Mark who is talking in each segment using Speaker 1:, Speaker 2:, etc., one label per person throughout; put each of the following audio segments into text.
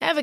Speaker 1: Ever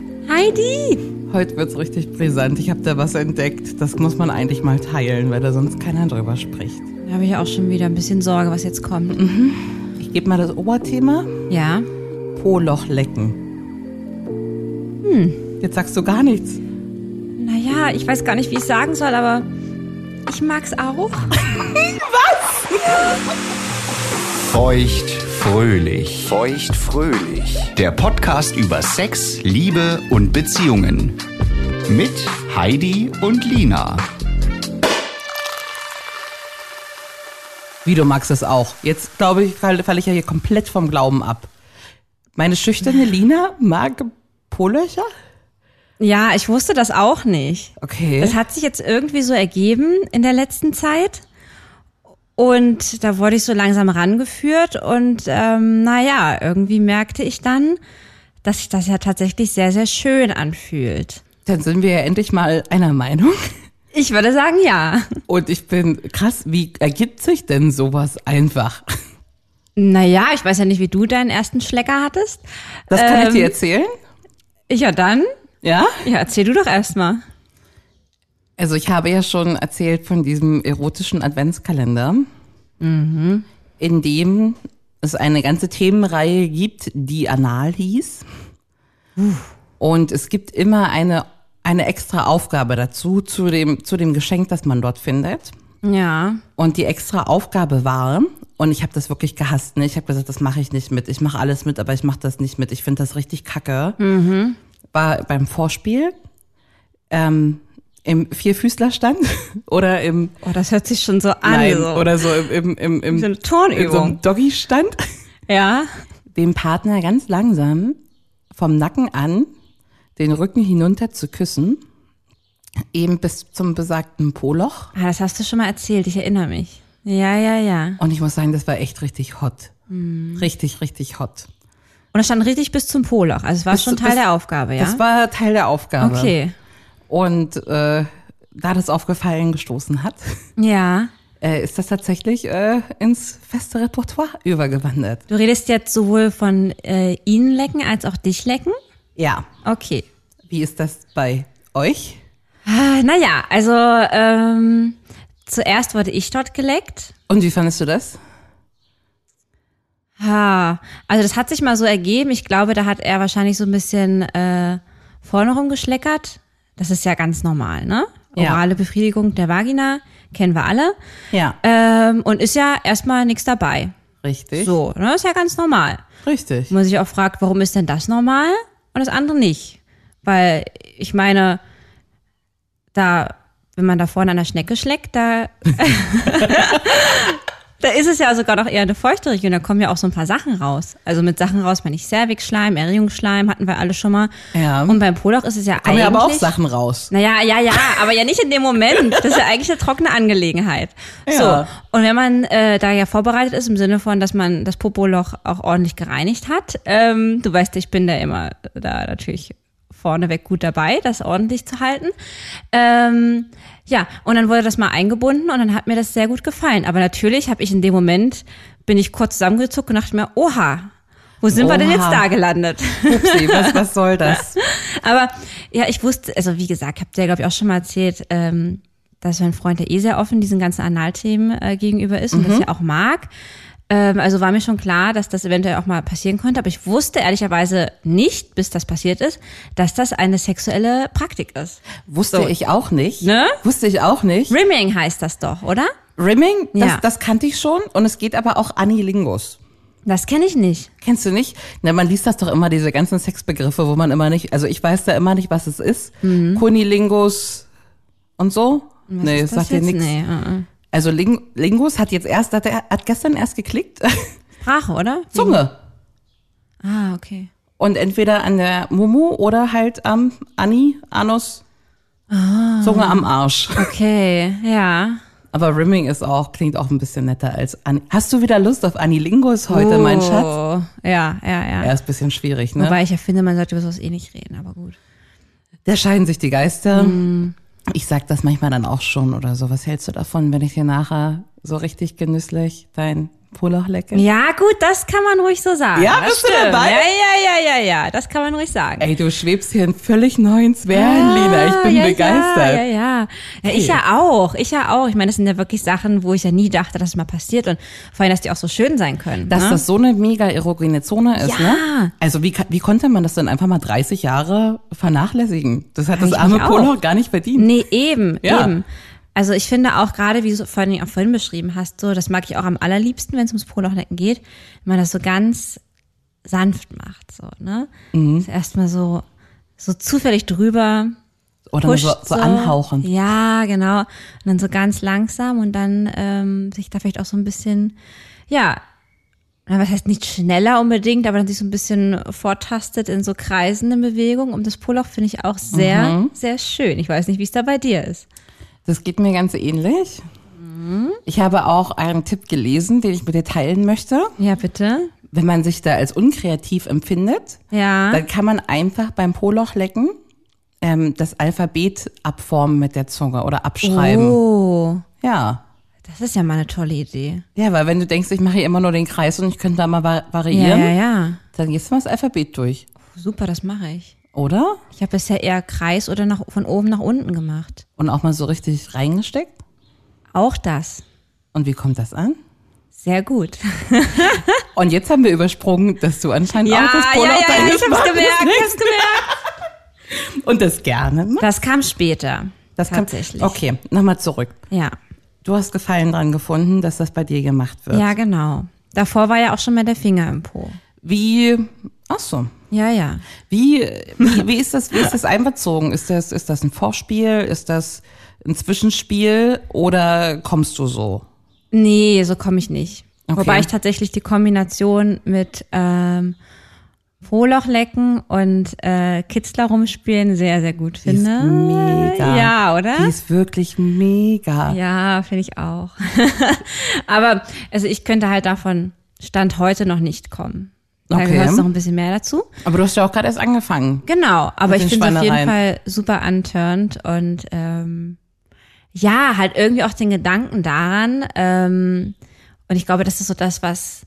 Speaker 2: Heidi!
Speaker 3: heute wird's richtig brisant. Ich habe da was entdeckt. Das muss man eigentlich mal teilen, weil da sonst keiner drüber spricht.
Speaker 2: Da habe ich auch schon wieder ein bisschen Sorge, was jetzt kommt.
Speaker 3: Ich gebe mal das Oberthema
Speaker 2: Ja.
Speaker 3: Po-Loch lecken. Hm. Jetzt sagst du gar nichts.
Speaker 2: Naja, ich weiß gar nicht, wie ich sagen soll, aber ich mag's auch.
Speaker 4: Feucht fröhlich. Feucht fröhlich. Der Podcast über Sex, Liebe und Beziehungen. Mit Heidi und Lina.
Speaker 3: Wie du magst es auch. Jetzt glaube ich, falle fall ich ja hier komplett vom Glauben ab. Meine schüchterne Lina mag Po-Löcher?
Speaker 2: Ja, ich wusste das auch nicht.
Speaker 3: Okay.
Speaker 2: Das hat sich jetzt irgendwie so ergeben in der letzten Zeit. Und da wurde ich so langsam rangeführt. Und ähm, naja, irgendwie merkte ich dann, dass sich das ja tatsächlich sehr, sehr schön anfühlt.
Speaker 3: Dann sind wir ja endlich mal einer Meinung.
Speaker 2: Ich würde sagen, ja.
Speaker 3: Und ich bin krass, wie ergibt sich denn sowas einfach?
Speaker 2: Naja, ich weiß ja nicht, wie du deinen ersten Schlecker hattest.
Speaker 3: Das kann ich dir
Speaker 2: Ähm.
Speaker 3: erzählen?
Speaker 2: Ja, dann.
Speaker 3: Ja?
Speaker 2: Ja, erzähl du doch erstmal.
Speaker 3: Also ich habe ja schon erzählt von diesem erotischen Adventskalender, in dem es eine ganze Themenreihe gibt, die Anal hieß. Und es gibt immer eine, eine extra Aufgabe dazu, zu dem, zu dem Geschenk, das man dort findet.
Speaker 2: Ja.
Speaker 3: Und die extra Aufgabe war, und ich habe das wirklich gehasst, ne? ich habe gesagt, das mache ich nicht mit. Ich mache alles mit, aber ich mache das nicht mit. Ich finde das richtig kacke. War beim Vorspiel ähm, im Vierfüßlerstand oder im
Speaker 2: Oh, das hört sich schon so an.
Speaker 3: Nein,
Speaker 2: so.
Speaker 3: oder so im, im, im, im
Speaker 2: So eine
Speaker 3: in so
Speaker 2: Turnübung.
Speaker 3: einem Doggy-Stand,
Speaker 2: Ja.
Speaker 3: dem Partner ganz langsam vom Nacken an den Rücken hinunter zu küssen, eben bis zum besagten Poloch.
Speaker 2: Ah, das hast du schon mal erzählt, ich erinnere mich. Ja, ja, ja. Und
Speaker 3: Und ich muss sagen, das war echt richtig hot. Richtig, richtig hot.
Speaker 2: das stand richtig bis zum Poloch. Also es war
Speaker 3: Bis-
Speaker 2: schon Teil
Speaker 3: bis-
Speaker 2: der Aufgabe, ja?
Speaker 3: Das war Teil der Aufgabe.
Speaker 2: okay.
Speaker 3: Und äh, da das auf Gefallen gestoßen hat,
Speaker 2: Ja.
Speaker 3: äh, ist das tatsächlich äh, ins feste Repertoire übergewandert.
Speaker 2: Du redest jetzt sowohl von äh, ihn lecken als auch dich lecken?
Speaker 3: Ja.
Speaker 2: Okay.
Speaker 3: Wie ist das bei euch?
Speaker 2: Ah, Naja, also ähm, zuerst wurde ich dort geleckt.
Speaker 3: Und wie fandest du das?
Speaker 2: Ha, also das hat sich mal so ergeben. Ich glaube, da hat er wahrscheinlich so ein bisschen äh, vorne rumgeschleckert. Das ist ja ganz normal, ne?
Speaker 3: Ja.
Speaker 2: Orale Befriedigung der Vagina, kennen wir alle.
Speaker 3: Ja.
Speaker 2: Ähm, und ist ja erstmal nichts dabei.
Speaker 3: Äh, Richtig.
Speaker 2: So, ne? Ist ja ganz normal.
Speaker 3: Richtig.
Speaker 2: Wo man sich auch fragt, warum ist denn das normal und das andere nicht? Weil ich meine, da, wenn man da vorne an der Schnecke schlägt, da, da ist es ja sogar noch eher eine feuchte Region, da kommen ja auch so ein paar Sachen raus. Also mit Sachen raus meine ich Cervix-Schleim, Erregungsschleim hatten wir alle schon mal.
Speaker 3: Ja.
Speaker 2: Und beim Poloch ist es ja
Speaker 3: Kommen
Speaker 2: eigentlich.
Speaker 3: ja aber auch Sachen raus.
Speaker 2: Naja, ja, ja, aber ja nicht in dem Moment. Das ist ja eigentlich eine trockene Angelegenheit.
Speaker 3: Ja.
Speaker 2: So. Und wenn man äh, da ja vorbereitet ist, im Sinne von, dass man das Popoloch auch ordentlich gereinigt hat, ähm, du weißt, ich bin da immer da natürlich vorneweg gut dabei, das ordentlich zu halten. Ähm, ja, und dann wurde das mal eingebunden und dann hat mir das sehr gut gefallen. Aber natürlich habe ich in dem Moment, bin ich kurz zusammengezuckt und dachte mir, oha, wo sind wir denn
Speaker 3: Oha.
Speaker 2: jetzt da gelandet?
Speaker 3: Upsi, was, was soll das?
Speaker 2: Aber ja, ich wusste, also wie gesagt, habt ihr, glaube ich, auch schon mal erzählt, ähm, dass mein Freund ja eh sehr offen diesen ganzen Analthemen äh, gegenüber ist und das
Speaker 3: Mhm.
Speaker 2: ja auch mag. Ähm, also war mir schon klar, dass das eventuell auch mal passieren könnte, aber ich wusste ehrlicherweise nicht, bis das passiert ist, dass das eine sexuelle Praktik ist.
Speaker 3: Wusste
Speaker 2: So.
Speaker 3: ich auch nicht.
Speaker 2: Ne?
Speaker 3: Wusste ich auch nicht.
Speaker 2: Rimming heißt das doch, oder?
Speaker 3: Rimming, das,
Speaker 2: Ja.
Speaker 3: das kannte ich schon. Und es geht aber auch Anilingus.
Speaker 2: Das kenne ich nicht.
Speaker 3: Kennst du nicht? Na, man liest das doch immer, diese ganzen Sexbegriffe, wo man immer nicht, also ich weiß da immer nicht, was es ist. Kunilingus und so. nee,
Speaker 2: Mhm. Ist das
Speaker 3: sagt dir
Speaker 2: jetzt?
Speaker 3: nichts.
Speaker 2: Nee, äh, äh.
Speaker 3: Also Ling Lingus hat jetzt erst, hat, er, hat gestern erst geklickt.
Speaker 2: Sprache, oder?
Speaker 3: Zunge.
Speaker 2: Mhm. Ah, okay.
Speaker 3: Und entweder an der Mumu oder halt am Anni, Anus,
Speaker 2: Ah.
Speaker 3: Zunge am Arsch.
Speaker 2: Okay, ja.
Speaker 3: Aber Rimming ist auch, klingt auch ein bisschen netter als Anni. Hast du wieder Lust auf Annilingus heute, mein Schatz?
Speaker 2: Oh, ja, ja, ja.
Speaker 3: Ja, ist ein bisschen schwierig, ne?
Speaker 2: Wobei ich ja finde, man sollte über sowas eh nicht reden, aber gut.
Speaker 3: Da scheiden sich die Geister. Hm. Ich sag das manchmal dann auch schon oder so. Was hältst du davon, wenn ich dir nachher so richtig genüsslich dein Poloch lecke?
Speaker 2: Ja, gut, das kann man ruhig so sagen.
Speaker 3: Ja,
Speaker 2: das
Speaker 3: bist du dabei?
Speaker 2: Ja, ja, ja, ja, ja, das kann man ruhig sagen. Ah,
Speaker 3: Ey, du schwebst hier in völlig neuen Sphären, Lina. Ich bin
Speaker 2: ja,
Speaker 3: begeistert.
Speaker 2: Ja, ja, ja. ja ich ja auch, ich ja auch. Ich meine, das sind ja wirklich Sachen, wo ich ja nie dachte, dass es mal passiert und vor allem, dass die auch so schön sein können.
Speaker 3: Dass
Speaker 2: ne?
Speaker 3: das so eine mega erogene Zone ist,
Speaker 2: Ja.
Speaker 3: ne? Also wie, ka- wie konnte man das denn einfach mal 30 Jahre vernachlässigen? Das hat das
Speaker 2: ich
Speaker 3: arme
Speaker 2: mich auch.
Speaker 3: Poloch gar nicht verdient.
Speaker 2: Nee, eben,
Speaker 3: Ja.
Speaker 2: eben. Also ich finde auch gerade, wie du es vor allen Dingen auch vorhin beschrieben hast, so, das mag ich auch am allerliebsten, wenn es ums Polochlecken geht, wenn man das so ganz sanft macht, so, ne? Mhm. Erstmal so, so zufällig drüber,
Speaker 3: Oder
Speaker 2: pusht
Speaker 3: so, so anhauchen.
Speaker 2: Ja, genau. Und dann so ganz langsam und dann ähm, sich da vielleicht auch so ein bisschen, ja, na, was heißt nicht schneller unbedingt, aber dann sich so ein bisschen vortastet in so kreisenden Bewegungen um das Poloch finde ich auch sehr,
Speaker 3: Mhm.
Speaker 2: sehr schön. Ich weiß nicht, wie es da bei dir ist.
Speaker 3: Das geht mir ganz ähnlich. Ich habe auch einen Tipp gelesen, den ich mit dir teilen möchte.
Speaker 2: Ja, bitte.
Speaker 3: Wenn man sich da als unkreativ empfindet,
Speaker 2: Ja.
Speaker 3: dann kann man einfach beim Poloch lecken ähm, das Alphabet abformen mit der Zunge oder abschreiben.
Speaker 2: Oh,
Speaker 3: Ja.
Speaker 2: das ist ja mal eine tolle Idee.
Speaker 3: Ja, weil wenn du denkst, ich mache hier immer nur den Kreis und ich könnte da mal va-
Speaker 2: Ja,
Speaker 3: variieren,
Speaker 2: ja, ja.
Speaker 3: dann gehst du mal das Alphabet durch,
Speaker 2: Super, das mache ich.
Speaker 3: oder?
Speaker 2: Ich habe bisher eher Kreis oder nach, von oben nach unten gemacht.
Speaker 3: Und auch mal so richtig reingesteckt.
Speaker 2: Auch das.
Speaker 3: Und wie kommt das an?
Speaker 2: Sehr gut.
Speaker 3: Und jetzt haben wir übersprungen, dass du anscheinend auch das Polo deines Mannes
Speaker 2: hab's gemerkt.
Speaker 3: nimmst und das gerne machst.
Speaker 2: Das kam später.
Speaker 3: Das kann-
Speaker 2: tatsächlich.
Speaker 3: okay, nochmal zurück.
Speaker 2: Ja.
Speaker 3: Du hast Gefallen dran gefunden, dass das bei dir gemacht wird.
Speaker 2: Ja, genau. Davor war ja auch schon mal der Finger im Po.
Speaker 3: Wie, ach so,
Speaker 2: Ja, ja.
Speaker 3: Wie, wie, wie, ist das, wie ist das einbezogen? Ist das, ist das ein Vorspiel? Ist das ein Zwischenspiel? Oder kommst du so?
Speaker 2: Nee, so komme ich nicht.
Speaker 3: Okay.
Speaker 2: Wobei ich tatsächlich die Kombination mit ähm, Frohloch lecken und äh, Kitzler rumspielen sehr, sehr gut
Speaker 3: Die ist
Speaker 2: finde.
Speaker 3: mega.
Speaker 2: Ja, oder?
Speaker 3: Die ist wirklich mega.
Speaker 2: Ja, finde ich auch. Aber also ich könnte halt davon Stand heute noch nicht kommen. Da
Speaker 3: Okay.
Speaker 2: gehört noch ein bisschen mehr dazu.
Speaker 3: Aber du hast ja auch gerade erst angefangen.
Speaker 2: Genau, aber
Speaker 3: Mit
Speaker 2: ich
Speaker 3: den
Speaker 2: finde es auf jeden
Speaker 3: Schweinereien.
Speaker 2: Fall super antörend und ähm, ja, halt irgendwie auch den Gedanken daran. Ähm, und ich glaube, das ist so das, was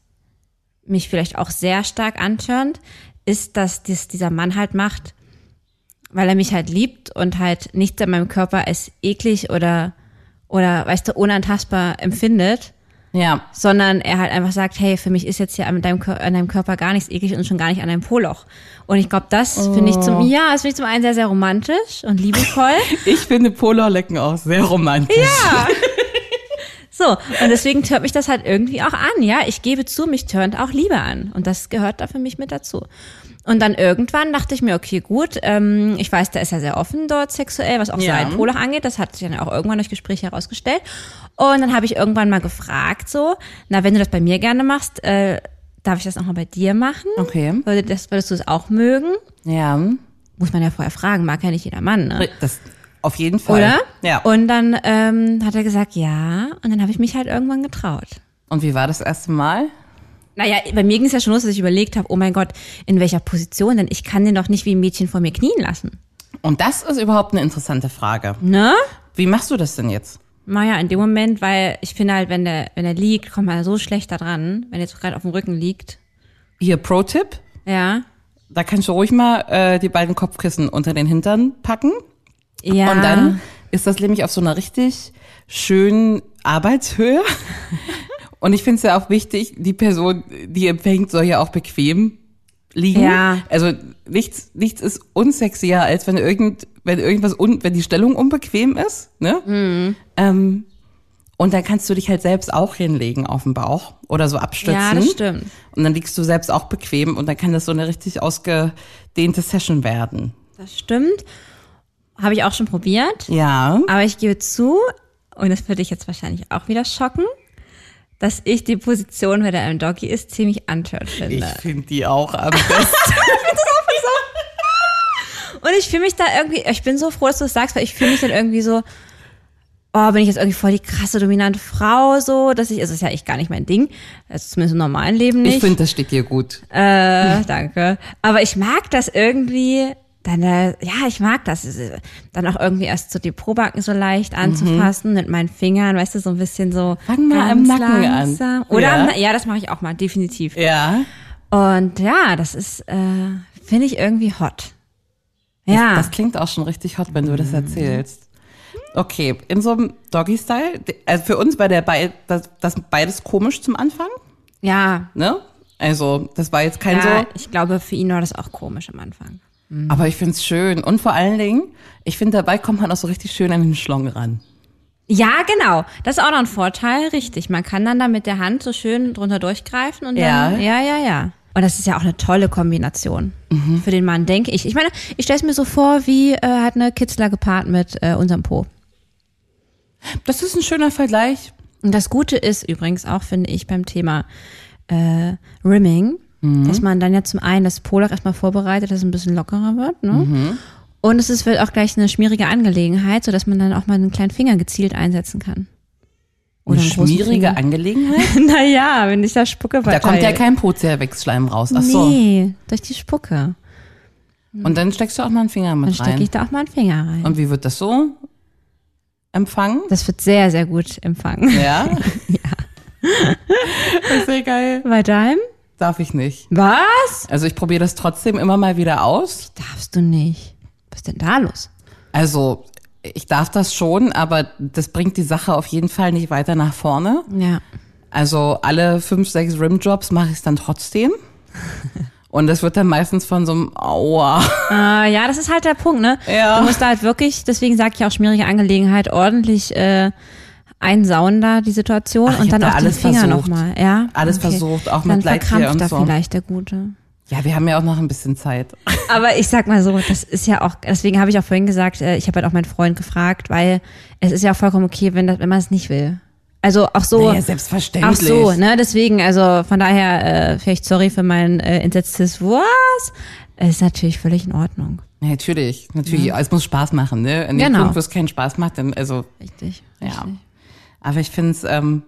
Speaker 2: mich vielleicht auch sehr stark antörnt, ist, dass dies, dieser Mann halt macht, weil er mich halt liebt und halt nichts an meinem Körper als eklig oder, oder, weißt du, unantastbar empfindet
Speaker 3: Ja.
Speaker 2: sondern er halt einfach sagt, hey, für mich ist jetzt hier an deinem, Kör- an deinem Körper gar nichts eklig und schon gar nicht an deinem Poloch. Und ich glaube, das finde ich zum, ja, das finde ich zum einen sehr, sehr romantisch und liebevoll.
Speaker 3: Ich finde Polarlecken auch sehr romantisch. Ja.
Speaker 2: so, und deswegen tönt mich das halt irgendwie auch an, ja. Ich gebe zu, mich tönt auch Liebe an. Und das gehört da für mich mit dazu. Und dann irgendwann dachte ich mir, okay, gut, ähm, ich weiß, der ist ja sehr offen dort sexuell, was auch
Speaker 3: Ja.
Speaker 2: sein Poloch angeht. Das hat sich dann auch irgendwann durch Gespräche herausgestellt. Und dann habe ich irgendwann mal gefragt, so, na, wenn du das bei mir gerne machst, äh, darf ich das nochmal bei dir machen?
Speaker 3: Okay.
Speaker 2: Würde das, würdest du es auch mögen?
Speaker 3: Ja.
Speaker 2: Muss man ja vorher fragen, mag ja nicht jeder Mann, ne?
Speaker 3: Das auf jeden Fall.
Speaker 2: Oder?
Speaker 3: Ja. Und,
Speaker 2: Und dann ähm, hat er gesagt, ja. Und dann habe ich mich halt irgendwann getraut.
Speaker 3: wie war das erste Mal?
Speaker 2: Naja, bei mir ging es ja schon los, dass ich überlegt habe, oh mein Gott, in welcher Position denn? Ich kann den doch nicht wie ein Mädchen vor mir knien lassen.
Speaker 3: Und das ist überhaupt eine interessante Frage.
Speaker 2: Ne?
Speaker 3: Wie machst du das denn jetzt?
Speaker 2: Naja, in dem Moment, weil ich finde halt, wenn der, wenn er liegt, kommt man so schlecht da dran, wenn er jetzt gerade auf dem Rücken liegt.
Speaker 3: Hier, Pro-Tipp.
Speaker 2: Ja.
Speaker 3: Da kannst du ruhig mal äh, die beiden Kopfkissen unter den Hintern packen.
Speaker 2: Ja.
Speaker 3: Und dann ist das nämlich auf so einer richtig schönen Arbeitshöhe. Und ich finde es ja auch wichtig, die Person, die empfängt, soll ja auch bequem liegen.
Speaker 2: Ja.
Speaker 3: Also nichts, nichts ist unsexier, als wenn irgend, wenn irgendwas un, wenn die Stellung unbequem ist, ne?
Speaker 2: Mhm.
Speaker 3: Ähm, und dann kannst du dich halt selbst auch hinlegen auf den Bauch oder so abstützen.
Speaker 2: Ja, das stimmt.
Speaker 3: Und dann liegst du selbst auch bequem und dann kann das so eine richtig ausgedehnte Session werden.
Speaker 2: Das stimmt. Habe ich auch schon probiert.
Speaker 3: Ja.
Speaker 2: Aber ich gebe zu, und das würde ich jetzt wahrscheinlich auch wieder schocken, dass ich die Position, wenn er im Doggy ist, ziemlich unturned
Speaker 3: Ich
Speaker 2: finde.
Speaker 3: finde die auch am besten.
Speaker 2: Und ich fühle mich da irgendwie, ich bin so froh, dass du es das sagst, weil ich fühle mich dann irgendwie so, oh, bin ich jetzt irgendwie voll die krasse, dominante Frau, so, dass ich, also, es ist ja echt gar nicht mein Ding, also zumindest im normalen Leben nicht.
Speaker 3: Ich finde, das steht dir gut.
Speaker 2: äh, danke. Aber ich mag das irgendwie, dann, äh, ja, ich mag das, Es ist, dann auch irgendwie erst so die Probacken so leicht anzufassen mit meinen Fingern, weißt du, so ein bisschen so.
Speaker 3: Mhm. Fang mal am
Speaker 2: ganz
Speaker 3: Nacken an.
Speaker 2: langsam. Oder,
Speaker 3: Ja.
Speaker 2: ja, am, Na- ja das mache ich auch mal, definitiv.
Speaker 3: Ja.
Speaker 2: Und ja, das ist, äh, finde ich irgendwie hot. Ja.
Speaker 3: Das klingt auch schon richtig hot, wenn du das erzählst. Okay, in so einem Doggy-Style, also für uns war der bei, das, das beides komisch zum Anfang,
Speaker 2: ja,
Speaker 3: ne? Also, das war jetzt kein
Speaker 2: ja, Mhm.
Speaker 3: so.
Speaker 2: ich glaube, für ihn war das auch komisch am Anfang.
Speaker 3: Aber ich find's schön. Und vor allen Dingen, ich finde, dabei kommt man auch so richtig schön an den Schlong ran.
Speaker 2: Ja, genau. Das ist auch noch ein Vorteil, richtig. Man kann dann da mit der Hand so schön drunter durchgreifen und dann, ja, ja, ja. Und das ist ja auch eine tolle Kombination
Speaker 3: Mhm.
Speaker 2: für den Mann, denke ich. Ich meine, ich stelle es mir so vor, wie äh, hat eine Kitzler gepaart mit äh, unserem Po.
Speaker 3: Das ist ein schöner Vergleich.
Speaker 2: Und das Gute ist übrigens auch, finde ich, beim Thema äh, Rimming,
Speaker 3: Mhm.
Speaker 2: dass man dann ja zum einen das Polach erstmal vorbereitet, dass es ein bisschen lockerer wird. Ne?
Speaker 3: Mhm.
Speaker 2: Und es ist, wird auch gleich eine schmierige Angelegenheit, sodass man dann auch mal einen kleinen Finger gezielt einsetzen kann.
Speaker 3: Eine
Speaker 2: einen großen
Speaker 3: schmierige
Speaker 2: Finger.
Speaker 3: Angelegenheit.
Speaker 2: Naja, wenn ich da Spucke
Speaker 3: Da
Speaker 2: verteile.
Speaker 3: kommt ja kein Pozerwechsschleim raus. Ach so.
Speaker 2: Nee, durch die Spucke.
Speaker 3: Und dann steckst du auch mal einen Finger
Speaker 2: Dann
Speaker 3: mit
Speaker 2: stecke
Speaker 3: rein.
Speaker 2: ich da auch mal einen Finger rein.
Speaker 3: Und wie wird das so empfangen?
Speaker 2: das wird sehr, sehr gut empfangen.
Speaker 3: Ja? ja. Das ist ja geil.
Speaker 2: Bei deinem?
Speaker 3: Darf ich nicht.
Speaker 2: Was?
Speaker 3: Also ich probiere das trotzdem immer mal wieder aus.
Speaker 2: Darfst du nicht. Was ist denn da los?
Speaker 3: Also ich darf das schon, aber das bringt die Sache auf jeden Fall nicht weiter nach vorne.
Speaker 2: Ja.
Speaker 3: Also alle fünf, sechs Rimjobs mache ich es dann trotzdem. Und das wird dann meistens von so einem Aua.
Speaker 2: Äh, ja, das ist halt der Punkt, ne?
Speaker 3: Ja.
Speaker 2: Du musst da halt wirklich, deswegen sage ich auch schmierige Angelegenheit, ordentlich äh, einsauen da die Situation
Speaker 3: Ach, ich
Speaker 2: und dann
Speaker 3: hab
Speaker 2: auch
Speaker 3: da alles
Speaker 2: den Finger
Speaker 3: versucht.
Speaker 2: nochmal. Ja?
Speaker 3: Alles versucht, auch mit
Speaker 2: dann
Speaker 3: Leittier
Speaker 2: verkrampft
Speaker 3: und
Speaker 2: da
Speaker 3: so.
Speaker 2: vielleicht der Gute.
Speaker 3: Ja, wir haben ja auch noch ein bisschen Zeit.
Speaker 2: Aber ich sag mal so, das ist ja auch, deswegen habe ich auch vorhin gesagt, äh, ich habe halt auch meinen Freund gefragt, weil es ist ja auch vollkommen okay, wenn, das- wenn man es nicht will. Also auch so.
Speaker 3: Naja,
Speaker 2: Ach
Speaker 3: selbstverständlich.
Speaker 2: so, ne? Deswegen, also von daher, äh, vielleicht sorry für mein äh, entsetztes Was. Ist natürlich völlig in Ordnung.
Speaker 3: Ja, natürlich, Mhm. natürlich. Es muss Spaß machen, ne? An dem
Speaker 2: Genau.
Speaker 3: Punkt, wo es keinen Spaß macht, dann, also
Speaker 2: Richtig.
Speaker 3: Ja. Aber ich finde es ähm,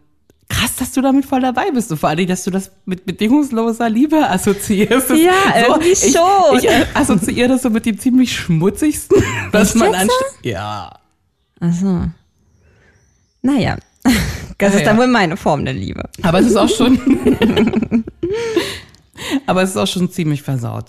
Speaker 3: krass, dass du damit voll dabei bist und vor allem, dass du das mit bedingungsloser Liebe assoziierst. Das-
Speaker 2: Ja, irgendwie
Speaker 3: ich,
Speaker 2: schon.
Speaker 3: Ich äh, assoziiere das so mit dem ziemlich schmutzigsten, was
Speaker 2: Echt
Speaker 3: man
Speaker 2: jetzt so?
Speaker 3: anstellt. Ja.
Speaker 2: Ach so. Naja. Das
Speaker 3: Ja,
Speaker 2: ist dann
Speaker 3: ja.
Speaker 2: wohl meine Form der Liebe.
Speaker 3: Aber es ist auch schon. aber es ist auch schon ziemlich versaut.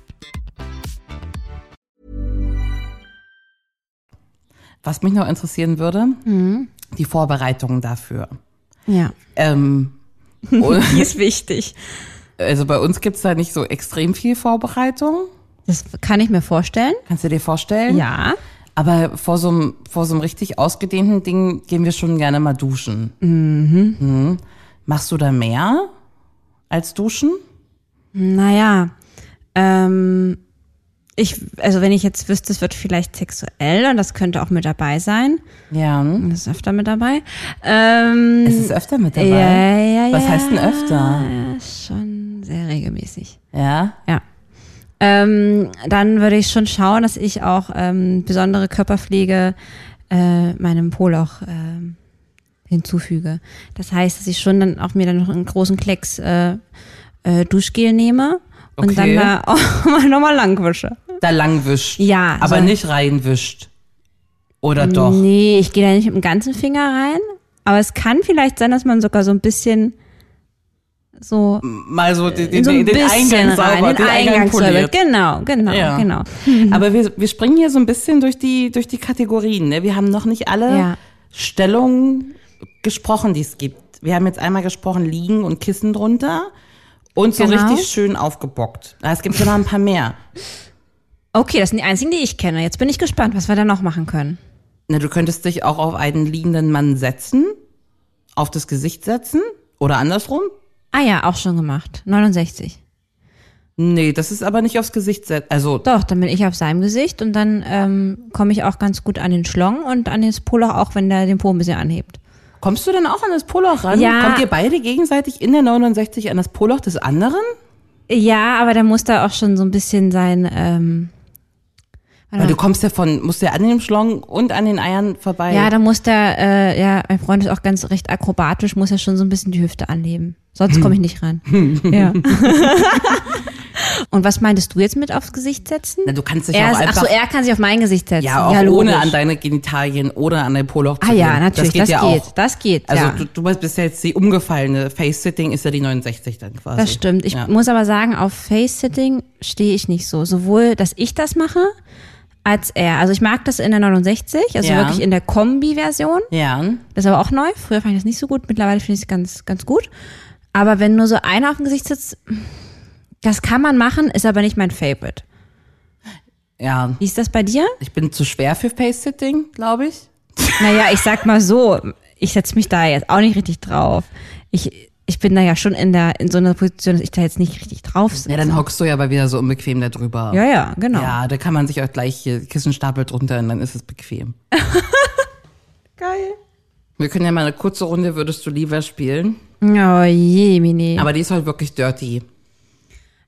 Speaker 3: Was mich noch interessieren würde,
Speaker 2: Mhm.
Speaker 3: die Vorbereitung dafür.
Speaker 2: Ja.
Speaker 3: Ähm, und-
Speaker 2: Die ist wichtig.
Speaker 3: also bei uns gibt's da nicht so extrem viel Vorbereitung.
Speaker 2: Das kann ich mir vorstellen.
Speaker 3: Kannst du dir vorstellen?
Speaker 2: Ja.
Speaker 3: Aber vor so einem, vor so einem richtig ausgedehnten Ding gehen wir schon gerne mal duschen. Mhm. Machst du da mehr als duschen?
Speaker 2: Naja, ähm, ich, also wenn ich jetzt wüsste, es wird vielleicht sexuell und das könnte auch mit dabei sein.
Speaker 3: Ja.
Speaker 2: Das ist öfter mit dabei. Ähm,
Speaker 3: Es ist öfter mit dabei.
Speaker 2: Ja, ja,
Speaker 3: Was
Speaker 2: ja.
Speaker 3: heißt denn öfter?
Speaker 2: ja, schon sehr regelmäßig.
Speaker 3: Ja.
Speaker 2: Ja. Ähm, dann würde ich schon schauen, dass ich auch ähm, besondere Körperpflege äh, meinem Poloch ähm, hinzufüge. Das heißt, dass ich schon dann auch mir dann noch einen großen Klecks äh, äh, Duschgel nehme und
Speaker 3: Okay.
Speaker 2: dann da auch mal nochmal langwische.
Speaker 3: Da langwischt.
Speaker 2: Ja,
Speaker 3: Aber
Speaker 2: so-
Speaker 3: nicht reinwischt. Oder doch?
Speaker 2: Nee, ich gehe da nicht mit dem ganzen Finger rein, aber es kann vielleicht sein, dass man sogar so ein bisschen so
Speaker 3: Mal so den, den,
Speaker 2: so
Speaker 3: den
Speaker 2: ein bisschen
Speaker 3: Eingang sauber,
Speaker 2: rein, den, Eingang sauber.
Speaker 3: poliert.
Speaker 2: Genau, genau,
Speaker 3: Ja.
Speaker 2: genau.
Speaker 3: Aber wir, wir springen hier so ein bisschen durch die, durch die Kategorien. Ne? Wir haben noch nicht alle
Speaker 2: Ja.
Speaker 3: Stellungen gesprochen, die es gibt. Wir haben jetzt einmal gesprochen, liegen und Kissen drunter und so
Speaker 2: Genau.
Speaker 3: richtig schön aufgebockt. Ah, Es gibt ja noch ein paar mehr.
Speaker 2: Okay, das sind die einzigen, die ich kenne. Jetzt bin ich gespannt, was wir da noch machen können.
Speaker 3: Na, du könntest dich auch auf einen liegenden Mann setzen, auf das Gesicht setzen oder andersrum.
Speaker 2: Ah ja, auch schon gemacht. 69.
Speaker 3: Nee, das ist aber nicht aufs Gesicht setzen. Also
Speaker 2: Doch, dann bin ich auf seinem Gesicht und dann ähm, komme ich auch ganz gut an den Schlong und an den Poloch auch, wenn der den Po ein bisschen anhebt.
Speaker 3: kommst du dann auch an das Poloch ran?
Speaker 2: Ja.
Speaker 3: Kommt ihr beide gegenseitig in der 69 an das Poloch des anderen?
Speaker 2: Ja, aber da muss da auch schon so ein bisschen sein. Ähm,
Speaker 3: Weil du kommst ja von, musst ja an dem Schlong und an den Eiern vorbei.
Speaker 2: ja, da muss der, äh, ja, mein Freund ist auch ganz recht akrobatisch, muss ja schon so ein bisschen die Hüfte anheben.
Speaker 3: Hm.
Speaker 2: Sonst komme ich nicht ran. ja. und was meintest du jetzt mit aufs Gesicht setzen?
Speaker 3: Na, du kannst dich
Speaker 2: Er,
Speaker 3: auch einfach,
Speaker 2: ach so, er kann sich auf mein Gesicht setzen.
Speaker 3: ja, auch ohne
Speaker 2: logisch.
Speaker 3: an deine Genitalien oder an dein Poloch zu
Speaker 2: Ah
Speaker 3: gehen.
Speaker 2: ja, natürlich, das geht,
Speaker 3: ja auch.
Speaker 2: das geht.
Speaker 3: also
Speaker 2: ja.
Speaker 3: du, du bist ja jetzt die umgefallene. Face-Sitting ist ja die 69 dann quasi.
Speaker 2: das stimmt. Ich
Speaker 3: also, ja.
Speaker 2: muss aber sagen, auf Face-Sitting stehe ich nicht so. Sowohl, dass ich das mache, als er. Also ich mag das in der 69, also
Speaker 3: Ja.
Speaker 2: wirklich in der Kombi-Version.
Speaker 3: Ja,
Speaker 2: Das ist aber auch neu. Früher fand ich das nicht so gut. Mittlerweile finde ich es ganz, ganz gut. Aber wenn nur so einer auf dem Gesicht sitzt, das kann man machen, ist aber nicht mein Favorite.
Speaker 3: ja.
Speaker 2: Wie ist das bei dir?
Speaker 3: Ich bin zu schwer für Face-Sitting, glaube ich.
Speaker 2: Naja, ich sag mal so, ich setz mich da jetzt auch nicht richtig drauf. Ich, ich bin da ja schon in der, in so einer Position, dass ich da jetzt nicht richtig drauf sitze.
Speaker 3: Ja, dann hockst du ja aber wieder so unbequem da drüber.
Speaker 2: Ja, ja, genau.
Speaker 3: Ja, da kann man sich auch gleich hier Kissenstapel drunter und dann ist es bequem.
Speaker 2: Geil.
Speaker 3: Wir können ja mal eine kurze Runde, würdest du lieber spielen?
Speaker 2: Oh je, Mini.
Speaker 3: Aber die ist halt wirklich dirty.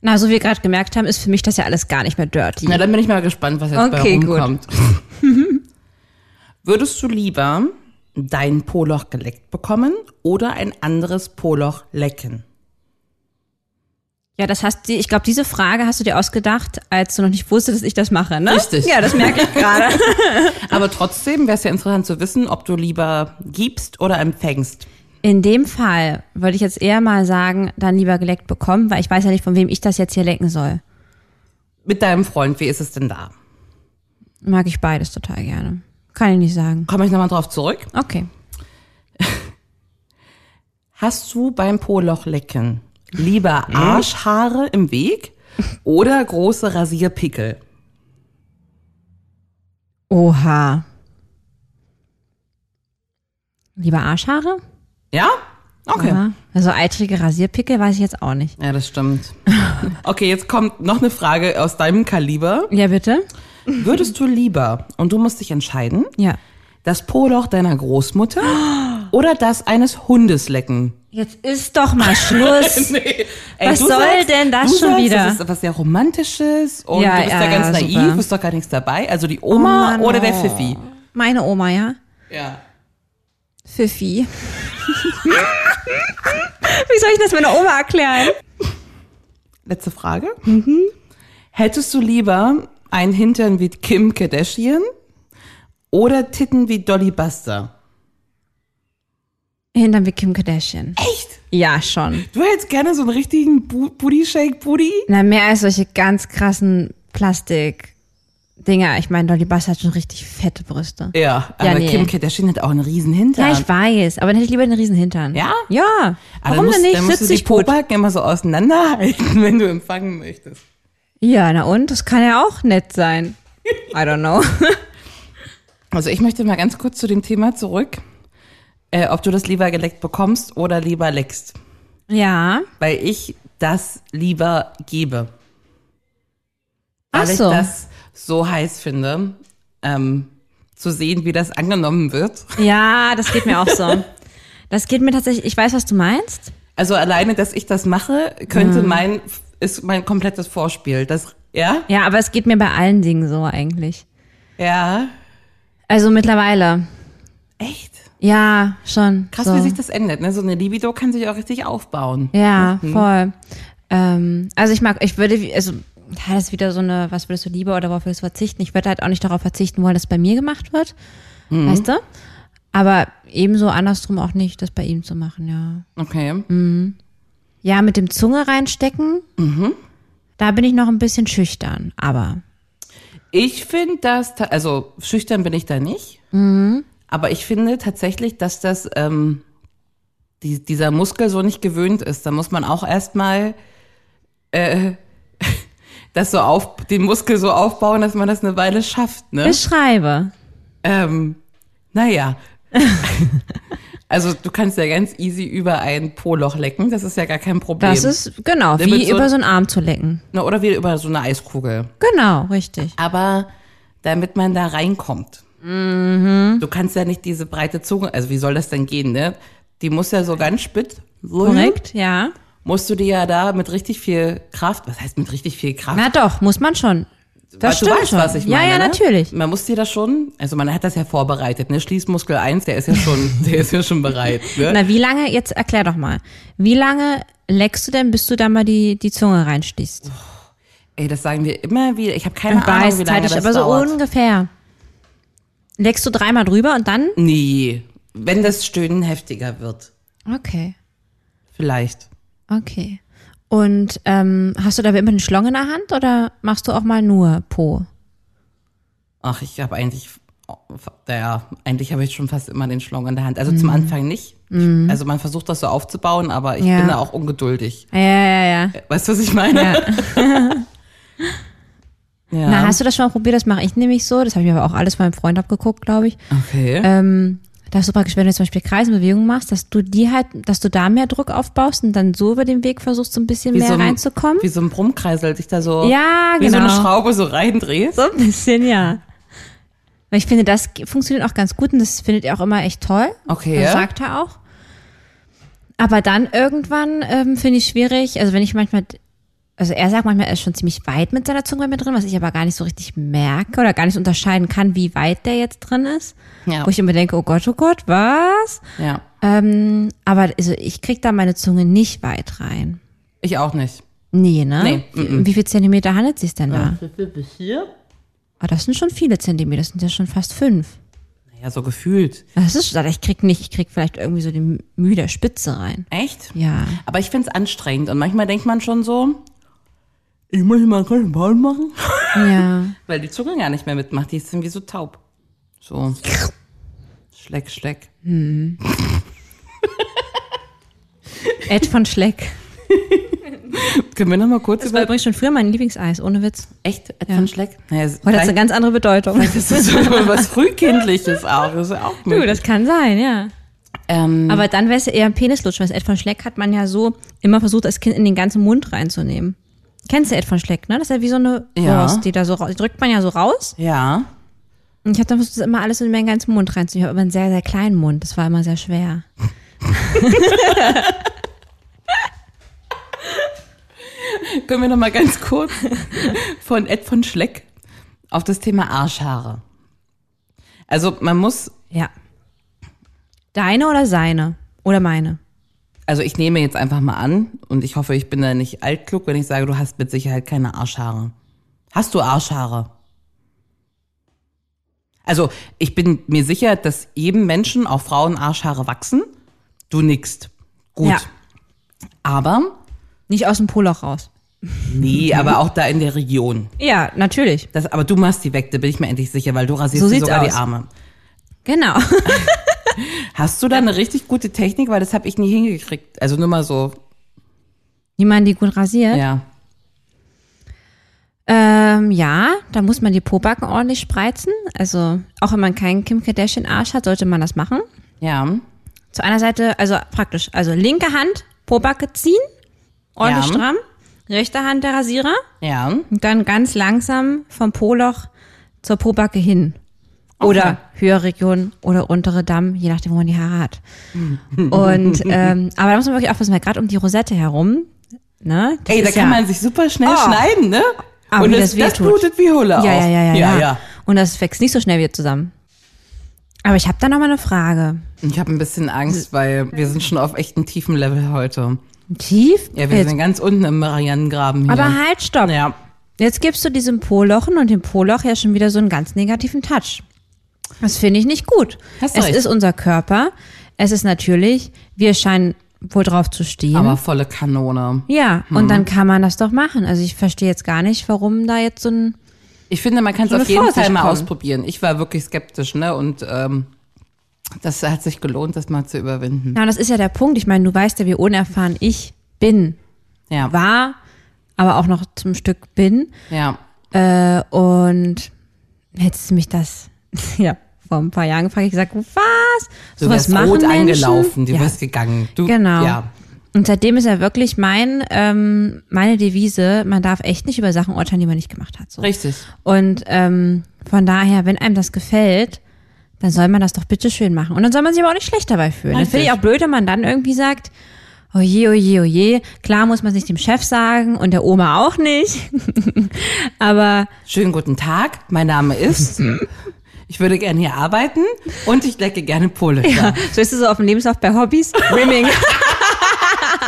Speaker 2: Na, so wie wir gerade gemerkt haben, ist für mich das ja alles gar nicht mehr dirty.
Speaker 3: Na, dann bin ich mal gespannt, was jetzt
Speaker 2: Okay,
Speaker 3: bei
Speaker 2: gut.
Speaker 3: rumkommt. Würdest du lieber dein Poloch geleckt bekommen oder ein anderes Poloch lecken?
Speaker 2: ja, das hast du, ich glaube, diese Frage hast du dir ausgedacht, als du noch nicht wusstest, dass ich das mache, ne?
Speaker 3: Richtig.
Speaker 2: Ja, das merke ich gerade.
Speaker 3: Aber trotzdem wäre es ja interessant zu wissen, ob du lieber gibst oder empfängst.
Speaker 2: In dem Fall würde ich jetzt eher mal sagen, dann lieber geleckt bekommen, weil ich weiß ja nicht, von wem ich das jetzt hier lecken soll.
Speaker 3: Mit deinem Freund, wie ist es denn da?
Speaker 2: Mag ich beides total gerne. Kann ich nicht sagen.
Speaker 3: Komme ich nochmal drauf zurück.
Speaker 2: Okay.
Speaker 3: Hast du beim Poloch lecken lieber
Speaker 2: Hm?
Speaker 3: Arschhaare im Weg oder große Rasierpickel?
Speaker 2: Oha. Lieber Arschhaare?
Speaker 3: Ja? Okay.
Speaker 2: Ja. Also eitrige Rasierpickel weiß ich jetzt auch nicht.
Speaker 3: Ja, das stimmt. Okay, jetzt kommt noch eine Frage aus deinem Kaliber.
Speaker 2: Ja, bitte?
Speaker 3: Würdest du lieber, und du musst dich entscheiden,
Speaker 2: Ja.
Speaker 3: das Poloch deiner Großmutter oder das eines Hundes lecken?
Speaker 2: Jetzt ist doch mal Schluss. Was
Speaker 3: du
Speaker 2: soll denn das
Speaker 3: du
Speaker 2: schon
Speaker 3: sagst,
Speaker 2: wieder?
Speaker 3: Das ist was sehr Romantisches und
Speaker 2: Ja,
Speaker 3: du bist ja,
Speaker 2: ja,
Speaker 3: ganz
Speaker 2: ja,
Speaker 3: naiv,
Speaker 2: super.
Speaker 3: bist doch gar nichts dabei. Also die Oma
Speaker 2: Oh Mann,
Speaker 3: oder der
Speaker 2: oh.
Speaker 3: Pfiffi.
Speaker 2: Meine Oma, ja?
Speaker 3: Ja.
Speaker 2: Pfiffi. Wie soll ich das meiner Oma erklären?
Speaker 3: Letzte Frage.
Speaker 2: Mhm.
Speaker 3: Hättest du lieber einen Hintern wie Kim Kardashian oder Titten wie Dolly Buster?
Speaker 2: Hintern wie Kim Kardashian. Echt? Ja, schon.
Speaker 3: Du hättest gerne so einen richtigen Bu- Booty-Shake-Booty?
Speaker 2: Na, mehr als solche ganz krassen Plastik-Dinger. Ich meine, Dolly Bass hat schon richtig fette Brüste.
Speaker 3: Ja,
Speaker 2: Ja,
Speaker 3: aber
Speaker 2: nee.
Speaker 3: Kim Kardashian hat auch einen riesen Hintern.
Speaker 2: Ja, ich weiß, aber dann hätte ich lieber den riesen Hintern.
Speaker 3: Ja?
Speaker 2: Ja.
Speaker 3: aber
Speaker 2: Warum
Speaker 3: dann musst,
Speaker 2: denn nicht?
Speaker 3: Dann musst
Speaker 2: Sitzt
Speaker 3: du die
Speaker 2: sich gut.
Speaker 3: Pobacken immer so auseinanderhalten, wenn du empfangen möchtest.
Speaker 2: Ja, na und? Das kann ja auch nett sein. I don't know.
Speaker 3: Also ich möchte mal ganz kurz zu dem Thema zurück, äh, ob du das lieber geleckt bekommst oder lieber leckst.
Speaker 2: ja.
Speaker 3: Weil ich das lieber gebe. Weil
Speaker 2: Ach
Speaker 3: ich
Speaker 2: so.
Speaker 3: das so heiß finde, ähm, zu sehen, wie das angenommen wird.
Speaker 2: Ja, das geht mir auch so. Das geht mir tatsächlich, ich weiß, was du meinst.
Speaker 3: Also alleine, dass ich das mache, könnte mein, ist mein komplettes Vorspiel. Das, ja?
Speaker 2: Ja, aber es geht mir bei allen Dingen so eigentlich.
Speaker 3: Ja.
Speaker 2: Also mittlerweile.
Speaker 3: Echt?
Speaker 2: Ja, schon.
Speaker 3: Krass,
Speaker 2: so.
Speaker 3: wie sich das ändert. Ne? So eine Libido kann sich auch richtig aufbauen.
Speaker 2: Ja, voll. Ähm, also ich mag, ich würde, also ja, das ist wieder so eine, was würdest du lieber oder worauf würdest du verzichten? Ich würde halt auch nicht darauf verzichten wollen, dass bei mir gemacht wird,
Speaker 3: Mhm.
Speaker 2: weißt du? Aber ebenso andersrum auch nicht, das bei ihm zu machen, ja.
Speaker 3: Okay.
Speaker 2: Ja, mit dem Zunge reinstecken,
Speaker 3: Mhm.
Speaker 2: da bin ich noch ein bisschen schüchtern, aber
Speaker 3: Ich finde das, ta- also schüchtern bin ich da nicht, aber ich finde tatsächlich, dass das ähm, die, dieser Muskel so nicht gewöhnt ist. Da muss man auch erstmal äh, das so auf, den Muskel so aufbauen, dass man das eine Weile schafft. Ne?
Speaker 2: beschreibe.
Speaker 3: Ähm, naja. also du kannst ja ganz easy über ein Po-Loch lecken, das ist ja gar kein Problem.
Speaker 2: Das ist, genau,
Speaker 3: Ne, mit
Speaker 2: wie
Speaker 3: so-
Speaker 2: über so einen Arm zu lecken.
Speaker 3: Na, Oder wie über so eine Eiskugel.
Speaker 2: Genau, richtig.
Speaker 3: aber damit man da reinkommt.
Speaker 2: Mhm.
Speaker 3: Du kannst ja nicht diese breite Zunge, also wie soll das denn gehen, ne? Die muss ja so ganz spitz. so
Speaker 2: Korrekt, ja.
Speaker 3: Musst du die ja da mit richtig viel Kraft, was heißt mit richtig viel Kraft?
Speaker 2: Na doch, muss man schon. Das
Speaker 3: du
Speaker 2: stimmt
Speaker 3: weißt,
Speaker 2: schon.
Speaker 3: was ich
Speaker 2: Ja,
Speaker 3: meine.
Speaker 2: ja,
Speaker 3: ne?
Speaker 2: natürlich.
Speaker 3: Man muss dir das schon, also man hat das ja vorbereitet, ne? Schließmuskel 1, der ist ja schon, der ist ja schon bereit, ne?
Speaker 2: Na, wie lange, jetzt erklär doch mal, wie lange leckst du denn, bis du da mal die, die Zunge reinstichst?
Speaker 3: Ey, das sagen wir immer wieder. Ich habe keine
Speaker 2: Ich
Speaker 3: Ahnung, wie lange
Speaker 2: zeitlich,
Speaker 3: das
Speaker 2: aber
Speaker 3: dauert.
Speaker 2: so ungefähr. Leckst du dreimal drüber und dann?
Speaker 3: nee, wenn das Stöhnen heftiger wird,
Speaker 2: Okay,
Speaker 3: vielleicht.
Speaker 2: okay. Und ähm, hast du da immer eine Schlong in der Hand oder machst du auch mal nur Po?
Speaker 3: Ach, ich habe eigentlich, naja, eigentlich habe ich schon fast immer den Schlong in der Hand. Also
Speaker 2: Mhm.
Speaker 3: zum Anfang nicht. Ich- Also man versucht das so aufzubauen, aber ich
Speaker 2: Ja.
Speaker 3: bin da auch ungeduldig. Äh,
Speaker 2: Ja, ja, ja.
Speaker 3: Weißt du, was ich meine?
Speaker 2: Ja.
Speaker 3: Ja.
Speaker 2: Na, hast du das schon mal probiert? Das mache ich nämlich so. Das habe ich aber auch alles von meinem Freund abgeguckt, glaube ich.
Speaker 3: okay.
Speaker 2: ähm, dass du praktisch, wenn du zum Beispiel Kreisenbewegungen machst, dass du die halt, dass du da mehr Druck aufbaust und dann so über den Weg versuchst, so ein bisschen mehr
Speaker 3: ein-
Speaker 2: reinzukommen.
Speaker 3: Wie so ein Brummkreisel, dich da so,
Speaker 2: Ja,
Speaker 3: wie so eine
Speaker 2: genau.
Speaker 3: Schraube so reindrehst.
Speaker 2: so ein bisschen, ja. Weil ich finde, das ge- funktioniert auch ganz gut und das findet ihr auch immer echt toll.
Speaker 3: Okay.
Speaker 2: Das sagt er auch. Aber dann irgendwann ähm, finde ich schwierig, also wenn ich manchmal, also er sagt manchmal, er ist schon ziemlich weit mit seiner Zunge bei mir drin, was ich aber gar nicht so richtig merke oder gar nicht unterscheiden kann, wie weit der jetzt drin ist.
Speaker 3: Ja.
Speaker 2: Wo ich immer denke, oh Gott, oh Gott, was?
Speaker 3: ja.
Speaker 2: Ähm, aber also ich krieg da meine Zunge nicht weit rein.
Speaker 3: Ich auch nicht.
Speaker 2: Nee, ne?
Speaker 3: Nee,
Speaker 2: Wie, wie viel Zentimeter handelt es sich denn da? Bis hier? Ah, das sind schon viele Zentimeter, das sind ja schon fast fünf.
Speaker 3: Naja, so gefühlt.
Speaker 2: Das ist, ich krieg nicht, ich krieg vielleicht irgendwie so die müde Spitze rein.
Speaker 3: Echt?
Speaker 2: Ja.
Speaker 3: Aber ich find's anstrengend und manchmal denkt man schon so, ich muss mal einen kleinen Ball machen.
Speaker 2: Ja.
Speaker 3: Weil die Zunge gar nicht mehr mitmacht, die ist irgendwie so taub. So. Schleck, schleck.
Speaker 2: Ed von Schleck.
Speaker 3: Können wir nochmal kurz
Speaker 2: Das war
Speaker 3: über...
Speaker 2: übrigens schon früher mein Lieblingseis, ohne Witz.
Speaker 3: Echt? Ed von Schleck? Naja,
Speaker 2: Heute hat's eine
Speaker 3: vielleicht-
Speaker 2: ganz andere Bedeutung.
Speaker 3: das ist so was Frühkindliches auch. Das ist auch
Speaker 2: Du,
Speaker 3: möglich.
Speaker 2: das kann sein, ja.
Speaker 3: ähm,
Speaker 2: Aber dann wär's eher ein Penislutschen, weil das Ed von Schleck hat man ja so immer versucht, als Kind in den ganzen Mund reinzunehmen. Kennst du Ed von Schleck, ne? Das ist ja wie so eine
Speaker 3: Ja.
Speaker 2: Wurst, die da so raus, die drückt man ja so raus.
Speaker 3: ja.
Speaker 2: Und ich habe dann versucht, das immer alles in meinen ganzen Mund reinzunehmen. Ich habe aber einen sehr, sehr kleinen Mund. Das war immer sehr schwer.
Speaker 3: Können wir nochmal ganz kurz von Ed von Schleck auf das Thema Arschhaare. Also man muss,
Speaker 2: Ja. Deine oder seine? Oder meine?
Speaker 3: also ich nehme jetzt einfach mal an und ich hoffe, ich bin da nicht altklug, wenn ich sage, du hast mit Sicherheit keine Arschhaare. Hast du Arschhaare? Also ich bin mir sicher, dass jedem Menschen, auch Frauen, Arschhaare wachsen. Du nickst. Gut.
Speaker 2: Ja.
Speaker 3: Aber,
Speaker 2: Nicht aus dem Poloch raus.
Speaker 3: nee, aber auch da in der Region.
Speaker 2: Ja, natürlich.
Speaker 3: Das, aber du machst die weg, da bin ich mir endlich sicher, weil du rasierst
Speaker 2: So
Speaker 3: dir
Speaker 2: sieht's
Speaker 3: sogar die
Speaker 2: aus.
Speaker 3: Arme.
Speaker 2: Genau.
Speaker 3: Hast du da eine richtig gute Technik? Weil das habe ich nie hingekriegt. Also nur mal so,
Speaker 2: Niemand, die gut rasiert.
Speaker 3: ja.
Speaker 2: Ähm, ja, da muss man die Pobacken ordentlich spreizen. Also, auch wenn man keinen Kim Kardashian-Arsch hat, sollte man das machen.
Speaker 3: Ja.
Speaker 2: Zu einer Seite, also praktisch, also linke Hand, Pobacke ziehen, ordentlich
Speaker 3: Ja.
Speaker 2: stramm, rechte Hand der Rasierer
Speaker 3: Ja.
Speaker 2: und dann ganz langsam vom Poloch zur Pobacke hin. Oder Höherregion oder untere Damm, je nachdem, wo man die Haare hat. Und, ähm, aber da muss man wirklich aufpassen, weil gerade um die Rosette herum, ne? das
Speaker 3: Ey, da
Speaker 2: ist
Speaker 3: kann
Speaker 2: ja-
Speaker 3: man sich super schnell
Speaker 2: Oh.
Speaker 3: schneiden, ne?
Speaker 2: Aber
Speaker 3: Und
Speaker 2: wie
Speaker 3: das,
Speaker 2: das
Speaker 3: das
Speaker 2: wehtut.
Speaker 3: blutet wie Hulle aus.
Speaker 2: Ja, ja, ja, ja,
Speaker 3: ja,
Speaker 2: ja, Und das wächst nicht so schnell wieder zusammen. Aber ich habe da noch mal eine Frage.
Speaker 3: Ich habe ein bisschen Angst, weil wir sind schon auf echt einem tiefen Level heute.
Speaker 2: Tief?
Speaker 3: Ja, wir
Speaker 2: Jetzt-
Speaker 3: sind ganz unten im Marianengraben hier.
Speaker 2: aber halt, stopp.
Speaker 3: ja.
Speaker 2: Jetzt gibst du diesem Polochen und dem Poloch ja schon wieder so einen ganz negativen Touch. Das finde ich nicht gut.
Speaker 3: Hast du
Speaker 2: es
Speaker 3: recht.
Speaker 2: ist unser Körper. Es ist natürlich, wir scheinen wohl drauf zu stehen.
Speaker 3: Aber Mhm. volle Kanone.
Speaker 2: ja, und dann kann man das doch machen. Also ich verstehe jetzt gar nicht, warum da jetzt so ein
Speaker 3: Ich finde, man kann es
Speaker 2: So eine
Speaker 3: auf jeden
Speaker 2: Vorsicht
Speaker 3: Fall mal
Speaker 2: kommen.
Speaker 3: ausprobieren. Ich war wirklich skeptisch, ne? Und ähm, das hat sich gelohnt, das mal zu überwinden.
Speaker 2: Na, und das ist ja der Punkt. Ich meine, du weißt ja, wie unerfahren ich bin,
Speaker 3: Ja.
Speaker 2: war, aber auch noch zum Stück bin.
Speaker 3: Ja.
Speaker 2: Äh, und hättest du mich das, ja, vor ein paar Jahren gefragt, ich gesagt, was?
Speaker 3: Du
Speaker 2: Sowas
Speaker 3: wärst
Speaker 2: machen
Speaker 3: rot
Speaker 2: Menschen?
Speaker 3: angelaufen, du
Speaker 2: ja,
Speaker 3: wärst gegangen. Du,
Speaker 2: genau.
Speaker 3: Ja.
Speaker 2: Und seitdem ist ja wirklich mein, ähm, meine Devise, man darf echt nicht über Sachen urteilen, die man nicht gemacht hat. So.
Speaker 3: Richtig.
Speaker 2: Und ähm, von daher, wenn einem das gefällt, dann soll man das doch bitte schön machen. Und dann soll man sich aber auch nicht schlecht dabei fühlen. Das finde
Speaker 3: Richtig.
Speaker 2: ich auch blöd, wenn man dann irgendwie sagt, oh je, oh je, oh je. Klar muss man es nicht dem Chef sagen und der Oma auch nicht. aber
Speaker 3: Schönen guten Tag, mein Name ist. ich würde gerne hier arbeiten und ich lecke gerne Polöcher.
Speaker 2: so ist es so auf dem Lebenslauf bei Hobbys. Rimming. und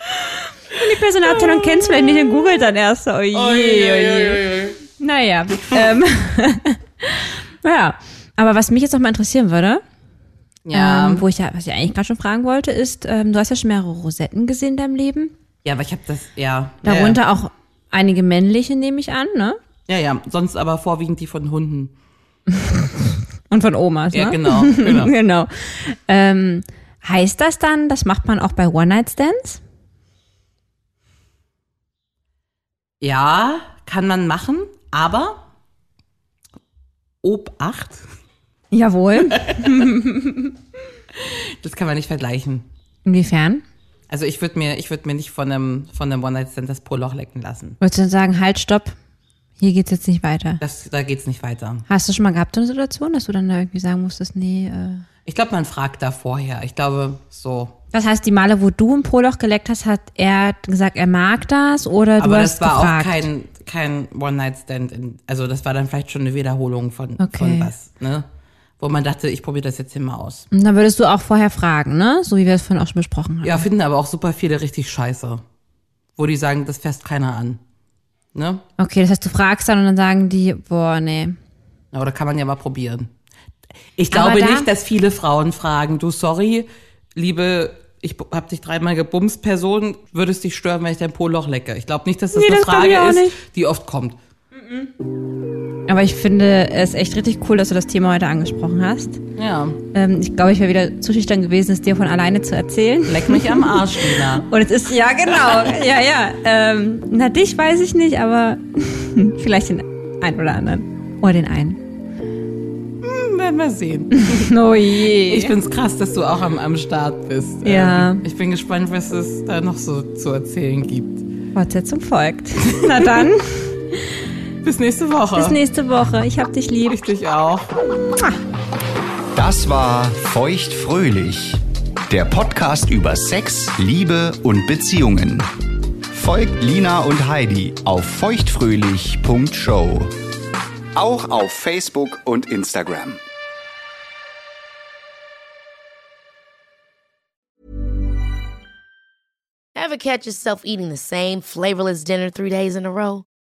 Speaker 2: die Personalabteilung kennt es vielleicht nicht und googelt dann erst. so, Oh je, oh je. Naja. Ähm, ja. Aber was mich jetzt nochmal interessieren würde,
Speaker 3: Ja.
Speaker 2: ähm, wo ich ja, was ich eigentlich gerade schon fragen wollte, ist, ähm, du hast ja schon mehrere Rosetten gesehen in deinem Leben.
Speaker 3: ja, aber ich habe das, ja.
Speaker 2: Darunter auch einige männliche, nehme ich an, ne?
Speaker 3: Ja, ja, sonst aber vorwiegend die von Hunden.
Speaker 2: Und von Omas, ne?
Speaker 3: Ja, genau. genau.
Speaker 2: genau. Ähm, heißt das dann, das macht man auch bei One-Night-Stands?
Speaker 3: ja, kann man machen, aber Obacht,
Speaker 2: Jawohl.
Speaker 3: das kann man nicht vergleichen.
Speaker 2: Inwiefern?
Speaker 3: Also ich würde mir, ich würde mir nicht von einem, von einem One-Night-Stand das Poloch lecken lassen.
Speaker 2: Wolltest du dann sagen, halt, stopp, hier geht's jetzt nicht weiter?
Speaker 3: Das, da geht's nicht weiter.
Speaker 2: Hast du schon mal gehabt so eine Situation, dass du dann da irgendwie sagen musstest, nee, äh.
Speaker 3: Ich glaube, man fragt da vorher. Ich glaube, so.
Speaker 2: Das heißt, die Male, wo du im Poloch geleckt hast, hat er gesagt, er mag das oder du
Speaker 3: Aber
Speaker 2: hast
Speaker 3: das war
Speaker 2: gefragt?
Speaker 3: auch kein, kein One-Night-Stand. in- Also das war dann vielleicht schon eine Wiederholung von,
Speaker 2: Okay.
Speaker 3: von was, ne? Wo man dachte, ich probiere das jetzt hier mal aus.
Speaker 2: Und dann würdest du auch vorher fragen, ne? So wie wir es vorhin auch schon besprochen haben.
Speaker 3: Ja, finden aber auch super viele richtig scheiße. Wo die sagen, das fässt keiner an. Ne?
Speaker 2: Okay, das heißt, du fragst dann und dann sagen die, boah, nee.
Speaker 3: Na, Oder kann man ja mal probieren. Ich
Speaker 2: Aber
Speaker 3: glaube
Speaker 2: da-
Speaker 3: nicht, dass viele Frauen fragen, du, sorry, liebe, ich bu- hab dich dreimal gebumst, Person, würdest dich stören, wenn ich dein Poloch lecke. Ich glaube nicht, dass das
Speaker 2: Nee,
Speaker 3: eine
Speaker 2: das glaub ich auch
Speaker 3: Frage ist,
Speaker 2: nicht.
Speaker 3: die oft kommt.
Speaker 2: Aber ich finde es echt richtig cool, dass du das Thema heute angesprochen hast.
Speaker 3: Ja,
Speaker 2: Ähm, ich glaube, ich wäre wieder zu schüchtern gewesen, es dir von alleine zu erzählen.
Speaker 3: leck mich am Arsch, Lina.
Speaker 2: Und es ist, ja genau, ja, ja. Ähm, na, dich weiß ich nicht, aber vielleicht den einen oder anderen. Oder den einen.
Speaker 3: Werden wir sehen.
Speaker 2: Oh je.
Speaker 3: Ich find's krass, dass du auch am, am Start bist. Ähm,
Speaker 2: Ja.
Speaker 3: Ich bin gespannt, was es da noch so zu erzählen gibt.
Speaker 2: Fortsetzung folgt. Na dann,
Speaker 3: Bis nächste Woche.
Speaker 2: bis nächste Woche. Ich hab dich lieb.
Speaker 3: Ich dich auch.
Speaker 4: Das war Feuchtfröhlich, der Podcast über Sex, Liebe und Beziehungen. Folgt Lina und Heidi auf feuchtfröhlich.show. Auch auf Facebook und Instagram.
Speaker 1: Ever catch yourself eating the same flavorless dinner three days in a row?